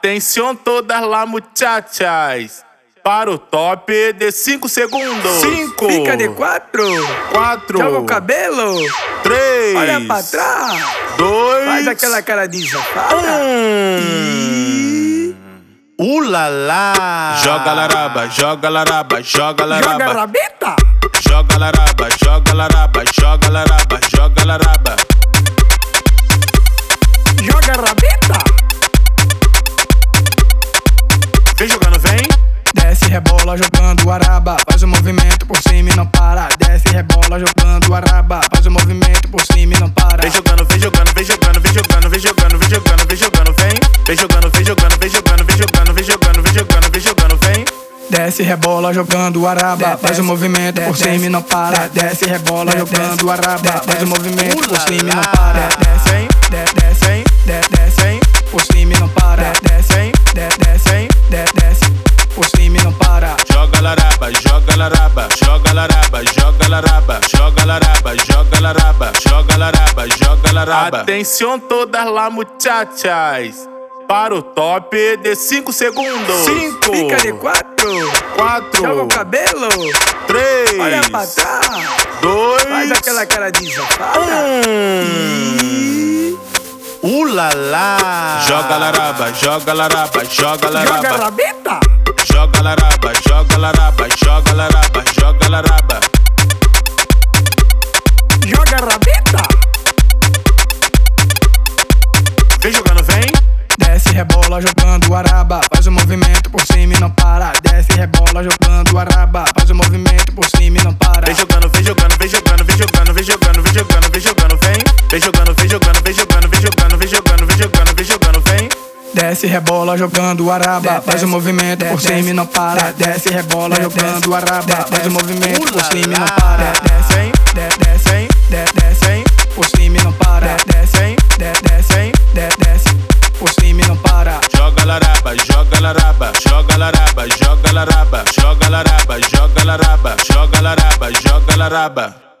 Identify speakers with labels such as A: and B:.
A: Atenção todas lá muchachas Para o top de 5 segundos Cinco,
B: Fica de quatro.
A: quatro,
B: Joga o cabelo.
A: três,
B: Olha pra trás.
A: dois,
B: Faz aquela cara de safada.
A: um. Ulala!
C: Joga laraba, joga laraba,
B: Joga
C: joga
B: a
C: laraba,
B: rabeta.
C: joga laraba, joga laraba, joga laraba, joga laraba,
B: Joga a rabeta.
A: Vem jogando, vem!
B: Desce, rebola, jogando o araba. Faz o movimento por cima e não para. Desce, rebola, jogando o araba. Faz o movimento por cima e não para.
A: Vem jogando, vem jogando, vem jogando, vem jogando, vem jogando, vem jogando, vem jogando, vem! Vem jogando, vem jogando, vem jogando, vem jogando, vem jogando, vem jogando, vem jogando, vem!
B: Desce, rebola, jogando o araba. Faz o movimento por cima e não para. Desce, rebola, jogando o araba. Faz o movimento por cima e não para.
A: Vem,
B: Desce, desce,
A: vem,
B: desce, desce,
A: vem,
B: por cima e não para. Desce,
A: vem,
B: desce, desce, desce, desce, por cima e não para.
C: joga laraba, joga laraba, joga laraba, joga laraba, joga laraba, joga laraba, joga laraba, joga laraba.
A: Atenção todas lá muchachas Para o top de 5 segundos Cinco,
B: Fica de quatro,
A: quatro,
B: joga o cabelo,
A: três,
B: olha pra trás,
A: dois,
B: faz aquela cara de safada.
A: um. Ulala!
C: Joga laraba, joga laraba,
B: Joga
C: joga
B: a
C: laraba,
B: rabeta,
C: joga laraba, joga laraba, joga laraba, joga laraba,
B: joga a rabeta.
A: Vem jogando, vem!
B: Desce, rebola, jogando o araba. Faz o movimento por cima e não para. Desce, rebola, jogando o araba. Faz o movimento por cima e não para.
A: Vem jogando, vem jogando, vem jogando, vem jogando, vem jogando, vem jogando, vem jogando, vem! Vem jogando, vem jogando, vem jogando, vem jogando, vem jogando, vem jogando, vem jogando, vem!
B: Desce, rebola, jogando o araba. Faz o movimento por cima e não para. Desce, rebola, jogando o araba. Faz o movimento por cima e não para. Desce,
A: Vem,
B: desce, desce, desce,
A: vem,
B: desce. Por cima e não para. Desce, desce, desce, desce, desce. Por cima e não para.
C: joga laraba, joga laraba, joga laraba, joga laraba, joga laraba, joga laraba, joga laraba, joga laraba.